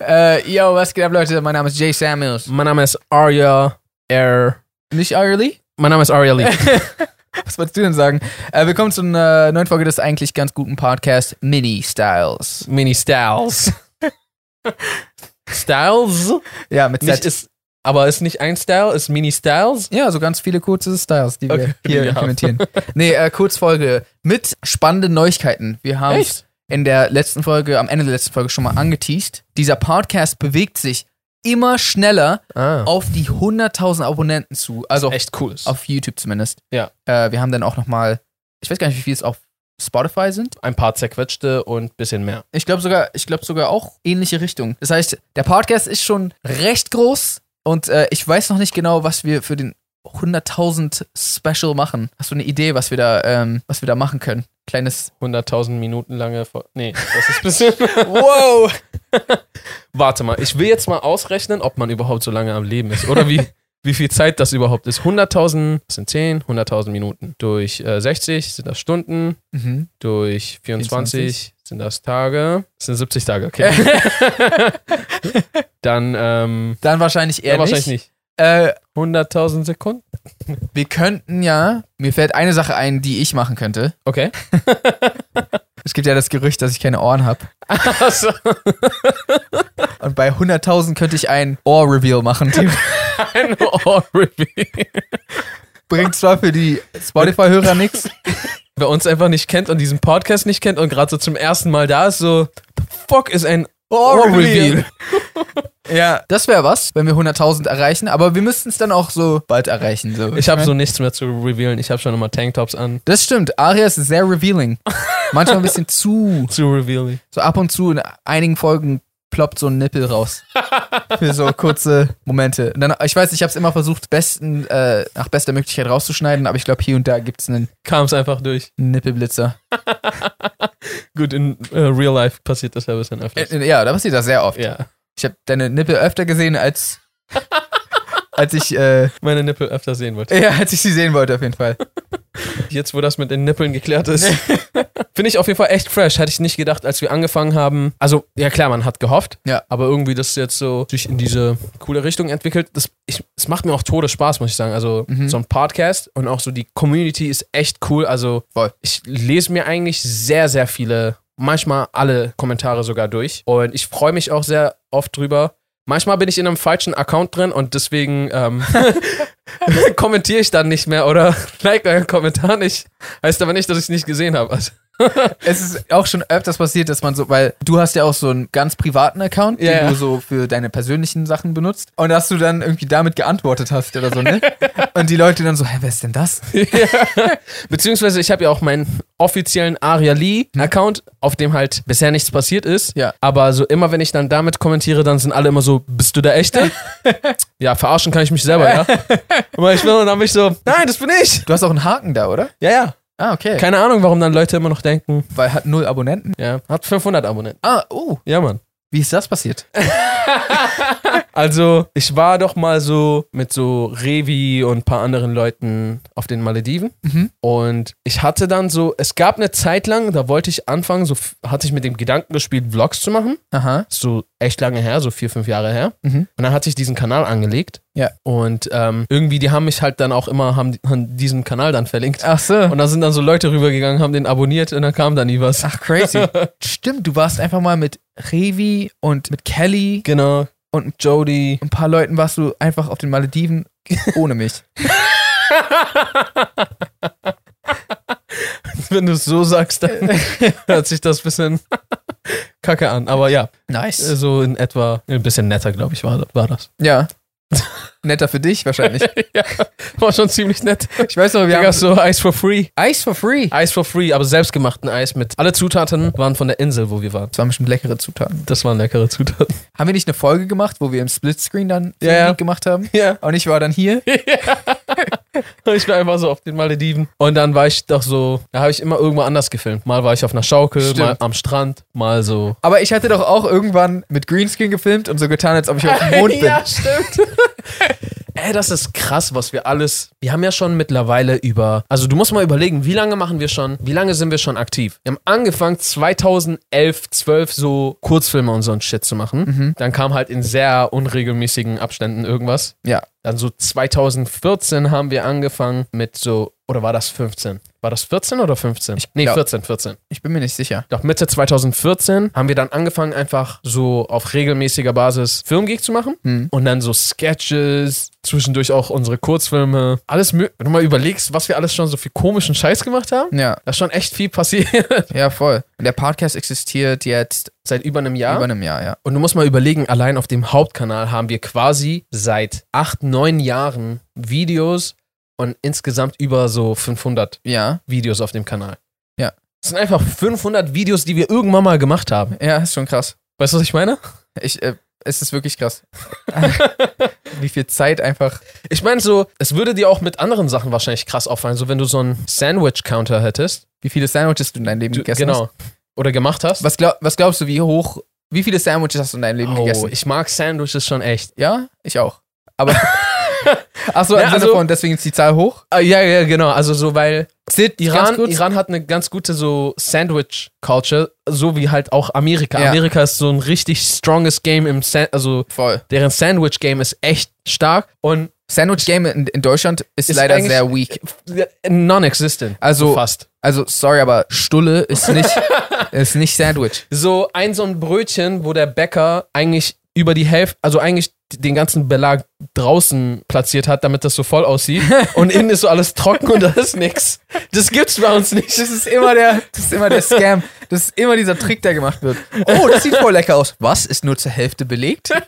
Äh, Yo, was geht ab, Leute? Mein Name ist Jay Samuels. Mein Name ist Arya R. Nicht Early? Mein Name ist Arya Lee. Was wolltest du denn sagen? Äh, willkommen zu einer neuen Folge des eigentlich ganz guten Podcasts Mini Styles. Mini Styles. Styles? Ja, mit Nicht Z. ist, aber ist nicht ein Style, ist Mini Styles. Ja, so ganz viele kurze Styles, die wir Okay, hier die wir implementieren. Nee, äh, Kurzfolge mit spannenden Neuigkeiten. Wir haben in der letzten Folge, am Ende der letzten Folge schon mal angeteased. Dieser Podcast bewegt sich immer schneller Ah. auf die 100.000 Abonnenten zu. Also Echt cool. Ist. auf YouTube zumindest. Ja. Äh, wir haben dann auch nochmal, ich weiß gar nicht, wie viel es auf Spotify sind. Ein paar zerquetschte und bisschen mehr. Ich glaube sogar, ich glaube sogar auch ähnliche Richtung. Das heißt, der Podcast ist schon recht groß und äh, ich weiß noch nicht genau, was wir für den 100.000 Special machen. Hast du eine Idee, was wir da, ähm, was wir da machen können? Kleines. 100.000 Minuten lange. Fol- Nee, das ist ein bisschen. Wow. Warte mal, ich will jetzt mal ausrechnen, ob man überhaupt so lange am Leben ist oder wie, wie viel Zeit das überhaupt ist. 100.000 das sind 10, 100.000 Minuten. Durch äh, 60 sind das Stunden, Mhm. durch 24, 24. sind das Tage. Das sind 70 Tage, okay. Dann, ähm, Dann wahrscheinlich eher ja, wahrscheinlich nicht. nicht. Äh, 100.000 Sekunden? wir könnten ja. Mir fällt eine Sache ein, die ich machen könnte. Okay. Es gibt ja das Gerücht, dass ich keine Ohren habe. Also, Und bei 100.000 könnte ich ein Ohr-Reveal machen. Die ein Ohr-Review. bringt zwar für die Spotify-Hörer nichts. Wer uns einfach nicht kennt und diesen Podcast nicht kennt und gerade so zum ersten Mal da ist, so, the fuck ist ein Ohr-Reveal? Ja. Das wäre was, wenn wir 100.000 erreichen, aber wir müssten es dann auch so bald erreichen. So. Ich habe so nichts mehr zu revealen. Ich habe schon immer Tanktops an. Das stimmt, Aria ist sehr revealing. Manchmal ein bisschen zu. Zu revealing. So ab und zu in einigen Folgen ploppt so ein Nippel raus. Für so kurze Momente. Und dann, ich weiß, ich habe es immer versucht, besten, äh, nach bester Möglichkeit rauszuschneiden, aber ich glaube, hier und da gibt es einen Kam es einfach durch. Nippelblitzer. Gut, in äh, Real Life passiert das ja ein bisschen öfters. Äh, Ja, da passiert das sehr oft. ja. Ich habe deine Nippel öfter gesehen, als, als, ich, äh, Meine Nippel öfter sehen wollte. ja, als ich sie sehen wollte, auf jeden Fall. Jetzt, wo das mit den Nippeln geklärt ist, finde ich auf jeden Fall echt fresh. Hätte ich nicht gedacht, als wir angefangen haben. Also, ja klar, man hat gehofft. Ja. Aber irgendwie das jetzt so sich in diese coole Richtung entwickelt. Das, ich, es macht mir auch Todesspaß, muss ich sagen. Also, Mhm. so ein Podcast und auch so die Community ist echt cool. Also, Voll. ich lese mir eigentlich sehr, sehr viele, manchmal alle Kommentare sogar durch. Und ich freue mich auch sehr oft drüber. Manchmal bin ich in einem falschen Account drin und deswegen ähm, kommentiere ich dann nicht mehr oder like euren Kommentar nicht. Heißt aber nicht, dass ich es nicht gesehen habe. Also, Es ist auch schon öfters passiert, dass man so, weil du hast ja auch so einen ganz privaten Account, Ja, den ja. du so für deine persönlichen Sachen benutzt und dass du dann irgendwie damit geantwortet hast oder so, ne? und die Leute dann so, hä, wer ist denn das? Beziehungsweise ich habe ja auch meinen offiziellen Aria Lee Account, auf dem halt bisher nichts passiert ist. Ja. Aber so immer, wenn ich dann damit kommentiere, dann sind alle immer so, bist du der Echte? ja, verarschen kann ich mich selber, ja. Aber ich bin dann mich so, nein, das bin ich. Du hast auch einen Haken da, oder? Ja, ja. Ah, okay. Keine Ahnung, warum dann Leute immer noch denken, weil hat null Abonnenten. ja, hat 500 Abonnenten. Ah, oh, Ja, Mann. wie ist das passiert? Also, ich war doch mal so mit so Revi und ein paar anderen Leuten auf den Malediven. Mhm. Und ich hatte dann so, es gab eine Zeit lang, da wollte ich anfangen, so f- hatte ich mit dem Gedanken gespielt, Vlogs zu machen. Aha. So echt lange her, so vier, fünf Jahre her. Mhm. Und dann hatte ich diesen Kanal angelegt. Ja. Und ähm, irgendwie, die haben mich halt dann auch immer, haben, haben diesen Kanal dann verlinkt. Ach so. Und da sind dann so Leute rübergegangen, haben den abonniert und dann kam da nie was. Ach, crazy. Stimmt, du warst einfach mal mit Revi und mit Kelly Genau. und Jody. ein paar Leuten warst du einfach auf den Malediven ohne mich. Wenn du es so sagst, dann hört sich das ein bisschen kacke an. Aber ja, Nice. Äh, so in etwa ein bisschen netter, glaube ich, war, war das. Ja. Netter für dich wahrscheinlich. ja, war schon ziemlich nett. Ich weiß noch, wir Da haben gab so Eis for free. Eis for free. Eis for free, aber selbstgemachten Eis mit. Alle Zutaten waren von der Insel, wo wir waren. Das waren bestimmt leckere Zutaten. Das waren leckere Zutaten. Haben wir nicht eine Folge gemacht, wo wir im Splitscreen dann Ja, ja. Filmmusik gemacht haben? Ja. Und ich war dann hier. Ich war einfach so auf den Malediven. Und dann war ich doch so, da habe ich immer irgendwo anders gefilmt. Mal war ich auf einer Schaukel, Stimmt. mal am Strand, mal so. Aber ich hatte doch auch irgendwann mit Greenscreen gefilmt und so getan, als ob ich auf dem Mond bin. Ja, stimmt. Ey, das ist krass, was wir alles. Wir haben ja schon mittlerweile über. Also, du musst mal überlegen, wie lange machen wir schon? Wie lange sind wir schon aktiv? Wir haben angefangen, 2011, 12 so Kurzfilme und so ein Shit zu machen. Dann kam halt in sehr unregelmäßigen Abständen irgendwas. Ja. Dann so 2014 haben wir angefangen mit so. Oder war das 15? War das 14 oder 15? nee, glaub- 14, 14. Ich bin mir nicht sicher. Doch Mitte 2014 haben wir dann angefangen, einfach so auf regelmäßiger Basis Filmgeek zu machen. Hm. Und dann so Sketches, zwischendurch auch unsere Kurzfilme. Alles mö Wenn du mal überlegst, was wir alles schon so viel komischen Scheiß gemacht haben, Ja, da ist schon echt viel passiert. ja, voll. Und der Podcast existiert jetzt Seit über einem Jahr. über einem Jahr, ja. Und du musst mal überlegen, allein auf dem Hauptkanal haben wir quasi seit acht, neun Jahren Videos und insgesamt über so 500 Ja, Videos auf dem Kanal. Ja. Das sind einfach 500 Videos, die wir irgendwann mal gemacht haben. ja, ist schon krass. Weißt du, was ich meine? Ich, äh, es ist wirklich krass. Wie viel Zeit einfach. Ich meine so, es würde dir auch mit anderen Sachen wahrscheinlich krass auffallen, so wenn du so einen Sandwich-Counter hättest. Wie viele Sandwiches du in deinem Leben Du, gegessen hast? genau. Oder gemacht hast. Was, glaub, was glaubst du, wie hoch, wie viele Sandwiches hast du in deinem Leben oh, gegessen? ich mag Sandwiches schon echt. ja, ich auch. Aber. Achso, Ja, im Sinne also- von, deswegen ist die Zahl hoch. Ah, ja, ja, genau. Also so, weil Zit, Iran, ganz kurz. Iran hat eine ganz gute so Sandwich-Culture, so wie halt auch Amerika. Ja. Amerika ist so ein richtig stronges Game im San also Voll. deren Sandwich-Game ist echt stark und Sandwich Game in, in Deutschland ist, Ist leider eigentlich- sehr weak. non-existent. Also, fast. also sorry, aber Stulle ist nicht, ist nicht Sandwich. so ein so ein Brötchen, wo der Bäcker eigentlich über die Hälfte, also eigentlich den ganzen Belag draußen platziert hat, damit das so voll aussieht. Und innen ist so alles trocken und da ist nix. Das gibt's bei uns nicht. Das ist immer der, das ist immer der Scam. Das ist immer dieser Trick, der gemacht wird. Oh, das sieht voll lecker aus. Was? Ist nur zur Hälfte belegt?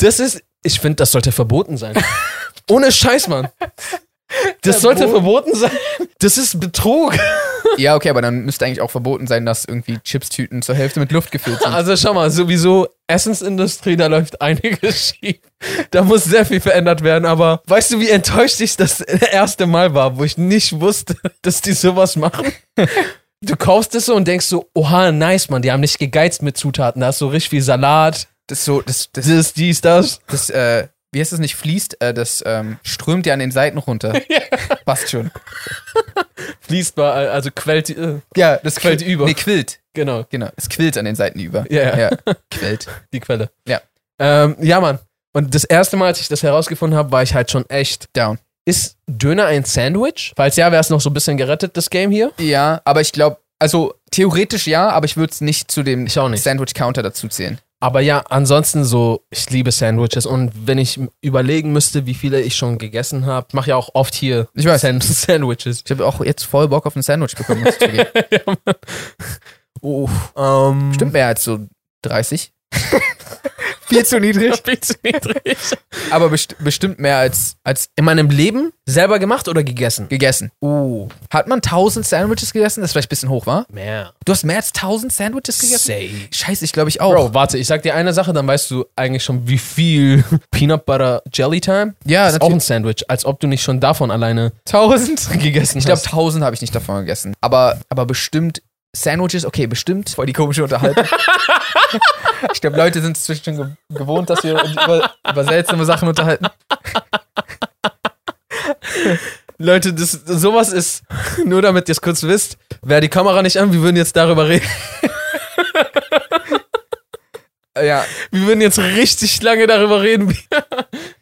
Das ist, ich finde, das sollte verboten sein. Ohne Scheiß, Mann. Das sollte verboten sein. Das ist Betrug. Ja, okay, aber dann müsste eigentlich auch verboten sein, dass irgendwie Chipstüten zur Hälfte mit Luft gefüllt sind. Also schau mal, sowieso Essensindustrie, da läuft einiges schief. Da muss sehr viel verändert werden, aber weißt du, wie enttäuscht ich das erste Mal war, wo ich nicht wusste, dass die sowas machen? Du kaufst es so und denkst so, oha, nice, Mann, die haben nicht gegeizt mit Zutaten. Da ist so richtig viel Salat, Das ist so, das, das, das, dies, das. das, äh, wie heißt das nicht, fließt, äh, das ähm, strömt ja an den Seiten runter. Passt schon. Fließbar, also quält, äh, Ja, das Quillt über. Nee, quillt. genau, Genau, es quillt an den Seiten über. Ja, ja. quillt. die Quelle. Ja. Ähm, ja, Mann. Und das erste Mal, als ich das herausgefunden habe, war ich halt schon echt. Down. Ist Döner ein Sandwich? Falls ja, wäre es noch so ein bisschen gerettet, das Game hier. Ja, aber ich glaube, also theoretisch ja, aber ich würde es nicht zu dem Ich auch nicht. Sandwich-Counter dazu zählen. Aber ja, ansonsten so, ich liebe Sandwiches und wenn ich m- überlegen müsste, wie viele ich schon gegessen habe, ich mache ja auch oft hier Ich weiß. San- Sandwiches. Ich habe auch jetzt voll Bock auf ein Sandwich bekommen. muss ich zugeben. Oh, ähm, Stimmt mehr als so 30. Viel zu niedrig. Viel zu niedrig. Aber best bestimmt mehr als, als In meinem Leben selber gemacht oder gegessen? gegessen. Oh, Hat man 1000 Sandwiches gegessen? Das ist vielleicht ein bisschen hoch, war? mehr. Du hast mehr als 1000 Sandwiches gegessen? Say. Scheiße, ich glaube ich auch. Bro, warte, ich sag dir eine Sache, dann weißt du eigentlich schon, wie viel Peanut Butter Jelly Time ja, ist auch ein Sandwich, als ob du nicht schon davon alleine 1000. gegessen Ich glaube, hast. 1000 habe ich nicht davon gegessen. Aber, aber bestimmt Sandwiches, okay, bestimmt. Voll die komische Unterhaltung. ich glaube, Leute sind inzwischen ge gewohnt, dass wir uns über, über seltsame Sachen unterhalten. Leute, das, sowas ist, nur damit ihr es kurz wisst, wäre die Kamera nicht an, wir würden jetzt darüber reden. Äh, Ja, Wir würden jetzt richtig lange darüber reden, wie,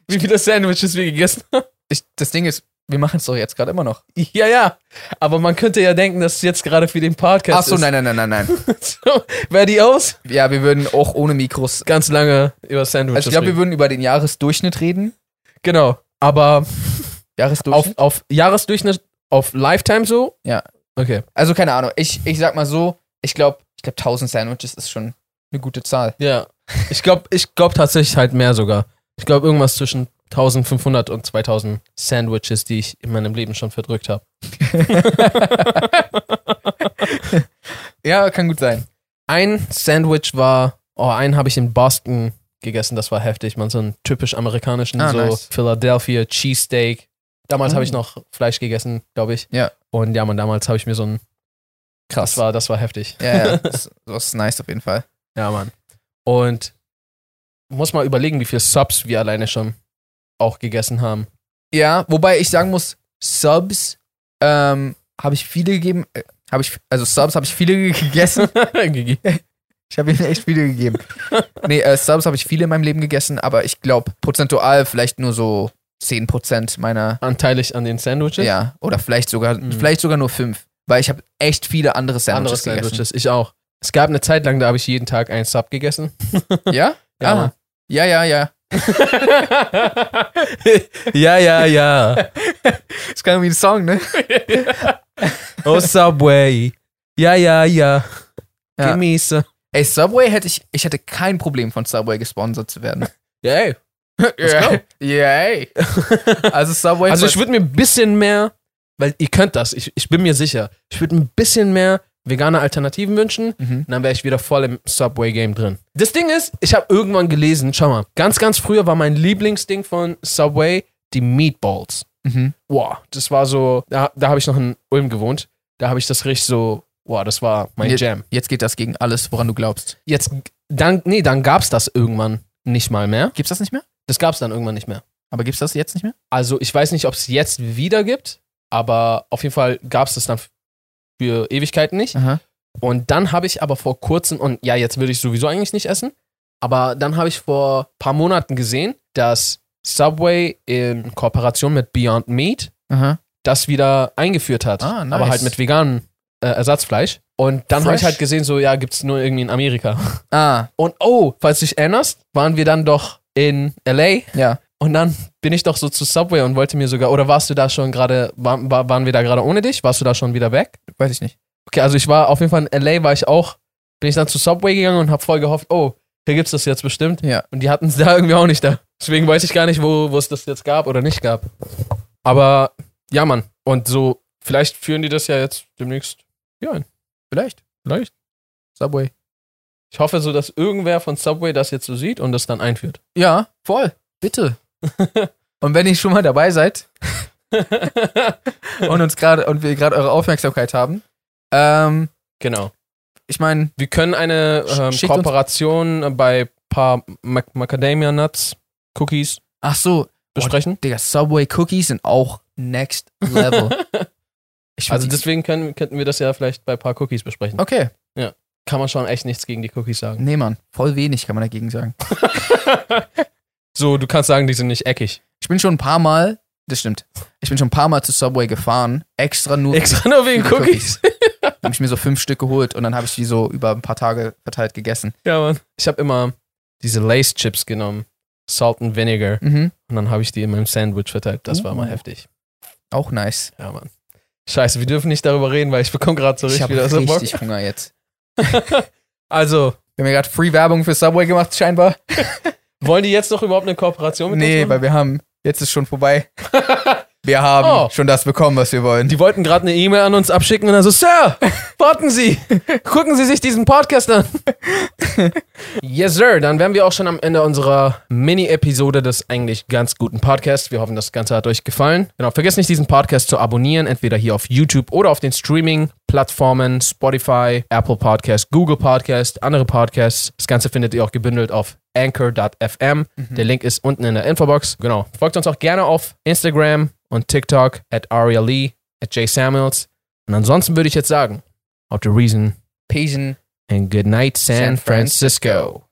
wie viele Sandwiches wir gegessen haben. ich, das Ding ist, wir machen es doch jetzt gerade immer noch. Ja, ja. Aber man könnte ja denken, dass es jetzt gerade für den Podcast Ach so, ist. nein, nein, nein, nein, nein. So, Wäre die aus? Ja, wir würden auch ohne Mikros. Ganz lange über Sandwiches Also ich glaube, wir reden. würden über den Jahresdurchschnitt reden. Genau. Aber auf, Jahresdurchschnitt? auf Jahresdurchschnitt, auf Lifetime so? Ja. Okay. Also keine Ahnung. Ich, ich sag mal so, ich glaube, ich glaube 1000 Sandwiches ist schon eine gute Zahl. Ja. Ich glaube ich glaub tatsächlich halt mehr sogar. Ich glaube irgendwas zwischen 1500 und 2000 Sandwiches, die ich in meinem Leben schon verdrückt habe. Ja, kann gut sein. Ein Sandwich war, oh, einen habe ich in Boston gegessen, das war heftig, man, so einen typisch amerikanischen, Ah, so nice. Philadelphia Cheesesteak. Damals habe ich Mm. noch Fleisch gegessen, glaube ich. Ja. Und ja, man, damals habe ich mir so ein, das Krass. war, das war heftig. Ja, ja. Das, das ist nice auf jeden Fall. Ja, Mann. Und muss mal überlegen, wie viele Subs wir alleine schon auch gegessen haben. Ja, wobei ich sagen muss, Subs ähm, habe ich viele gegeben. Äh, habe ich, also Subs habe ich viele gegessen. Gigi. Ich habe ihnen echt viele gegeben. nee, äh, Subs habe ich viele in meinem Leben gegessen, aber ich glaube, prozentual vielleicht nur so 10% meiner. Anteilig an den Sandwiches? Ja, oder vielleicht sogar, Mhm. vielleicht sogar nur 5. Weil ich habe echt viele andere Andere Sandwiches gegessen. Sandwiches, ich auch. Es gab eine Zeit lang, da habe ich jeden Tag einen Sub gegessen. Ja? Ja, ah. Mann. ja, ja, ja. ja, ja, ja. Das klang wie ein Song, ne? Oh, Subway. Ja, ja, ja. Ja. Gemüse. Ey, Subway hätte ich, ich hätte kein Problem von Subway gesponsert zu werden. Yay. Yeah. Yay. Also Subway. Also ich würde mir ein bisschen mehr, weil ihr könnt das, ich, ich bin mir sicher, ich würde ein bisschen mehr vegane Alternativen wünschen Mhm. und dann wäre ich wieder voll im Subway-Game drin. Das Ding ist, ich habe irgendwann gelesen, schau mal, ganz, ganz früher war mein Lieblingsding von Subway die Meatballs. Mhm. Wow, das war so, da, da habe ich noch in Ulm gewohnt, da habe ich das richtig so, wow, das war mein Jetzt- Jam. Jetzt geht das gegen alles, woran du glaubst. Jetzt, dann, nee, dann gab es das irgendwann nicht mal mehr. Gibt's das nicht mehr? Das gab es dann irgendwann nicht mehr. Aber gibt's das jetzt nicht mehr? Also ich weiß nicht, ob es jetzt wieder gibt, aber auf jeden Fall gab es das dann für Ewigkeiten nicht. Aha. Und dann habe ich aber vor kurzem, und ja, jetzt würde ich sowieso eigentlich nicht essen, aber dann habe ich vor ein paar Monaten gesehen, dass Subway in Kooperation mit Beyond Meat Aha. das wieder eingeführt hat. Ah, nice. Aber halt mit veganem äh, Ersatzfleisch. Und dann habe ich Fresh. halt gesehen, so ja, gibt es nur irgendwie in Amerika. Ah, Und oh, falls du dich erinnerst, waren wir dann doch in LA ja. und dann bin ich doch so zu Subway und wollte mir sogar, oder warst du da schon gerade, war, war, waren wir da gerade ohne dich? Warst du da schon wieder weg? Weiß ich nicht. Okay, also ich war auf jeden Fall in LA, war ich auch, bin ich dann zu Subway gegangen und habe voll gehofft, oh, hier gibt's das jetzt bestimmt. Ja. Und die hatten es da irgendwie auch nicht da. Deswegen weiß ich gar nicht, wo wo es das jetzt gab oder nicht gab. Aber ja, Mann. Und so, vielleicht führen die das ja jetzt demnächst hier ein. Vielleicht. Vielleicht. Subway. Ich hoffe so, dass irgendwer von Subway das jetzt so sieht und das dann einführt. Ja, voll. Bitte. und wenn ihr schon mal dabei seid und uns gerade und wir gerade eure Aufmerksamkeit haben, ähm, genau. ich meine, Wir können eine Sch- ähm, schickt uns- Kooperation äh, bei paar Mac Macadamia Nuts Cookies ach so, besprechen. Digga, Subway Cookies sind auch next level. Ich Also würd- deswegen können, könnten wir das ja vielleicht bei paar Cookies besprechen. okay, Kann man schon echt nichts gegen die Cookies sagen. nee Mann, voll wenig kann man dagegen sagen. So, du kannst sagen, die sind nicht eckig. Ich bin schon ein paar Mal, das stimmt. Ich bin schon ein paar Mal zu Subway gefahren, extra nur, Extra nur wegen Für die Cookies. habe ich mir so fünf Stück geholt und dann habe ich die so über ein paar Tage verteilt gegessen. ja, Mann. Ich habe immer diese Lace Chips genommen. Salt and Vinegar. Mhm. Und dann habe ich die in meinem Sandwich verteilt. Das war mal Uh. heftig. Auch nice. Ja, Mann. Scheiße, wir dürfen nicht darüber reden, weil ich bekomme gerade so ich richtig habe wieder so Bock. richtig Hunger jetzt. Also, Wir haben ja gerade Free Werbung für Subway gemacht, scheinbar. wollen die jetzt noch überhaupt eine Kooperation mit Nee, uns machen? weil wir haben, jetzt ist schon vorbei. Wir haben Oh. schon das bekommen, was wir wollen. Die wollten gerade eine E-Mail an uns abschicken und dann so, Sir, warten Sie, gucken Sie sich diesen Podcast an. yes, Sir, dann wären wir auch schon am Ende unserer Mini-Episode des eigentlich ganz guten Podcasts. Wir hoffen, das Ganze hat euch gefallen. Genau, vergesst nicht, diesen Podcast zu abonnieren, entweder hier auf YouTube oder auf den Streaming-Plattformen Spotify, Apple Podcast, Google Podcast, andere Podcasts. Das Ganze findet ihr auch gebündelt auf anchor.fm. Der Link ist unten in der Infobox. Genau. Folgt uns auch gerne auf Instagram und TikTok at Aria Lee, E, at Jay Samuels. Und ansonsten würde ich jetzt sagen, auf the reason Asian and good night San, San Francisco.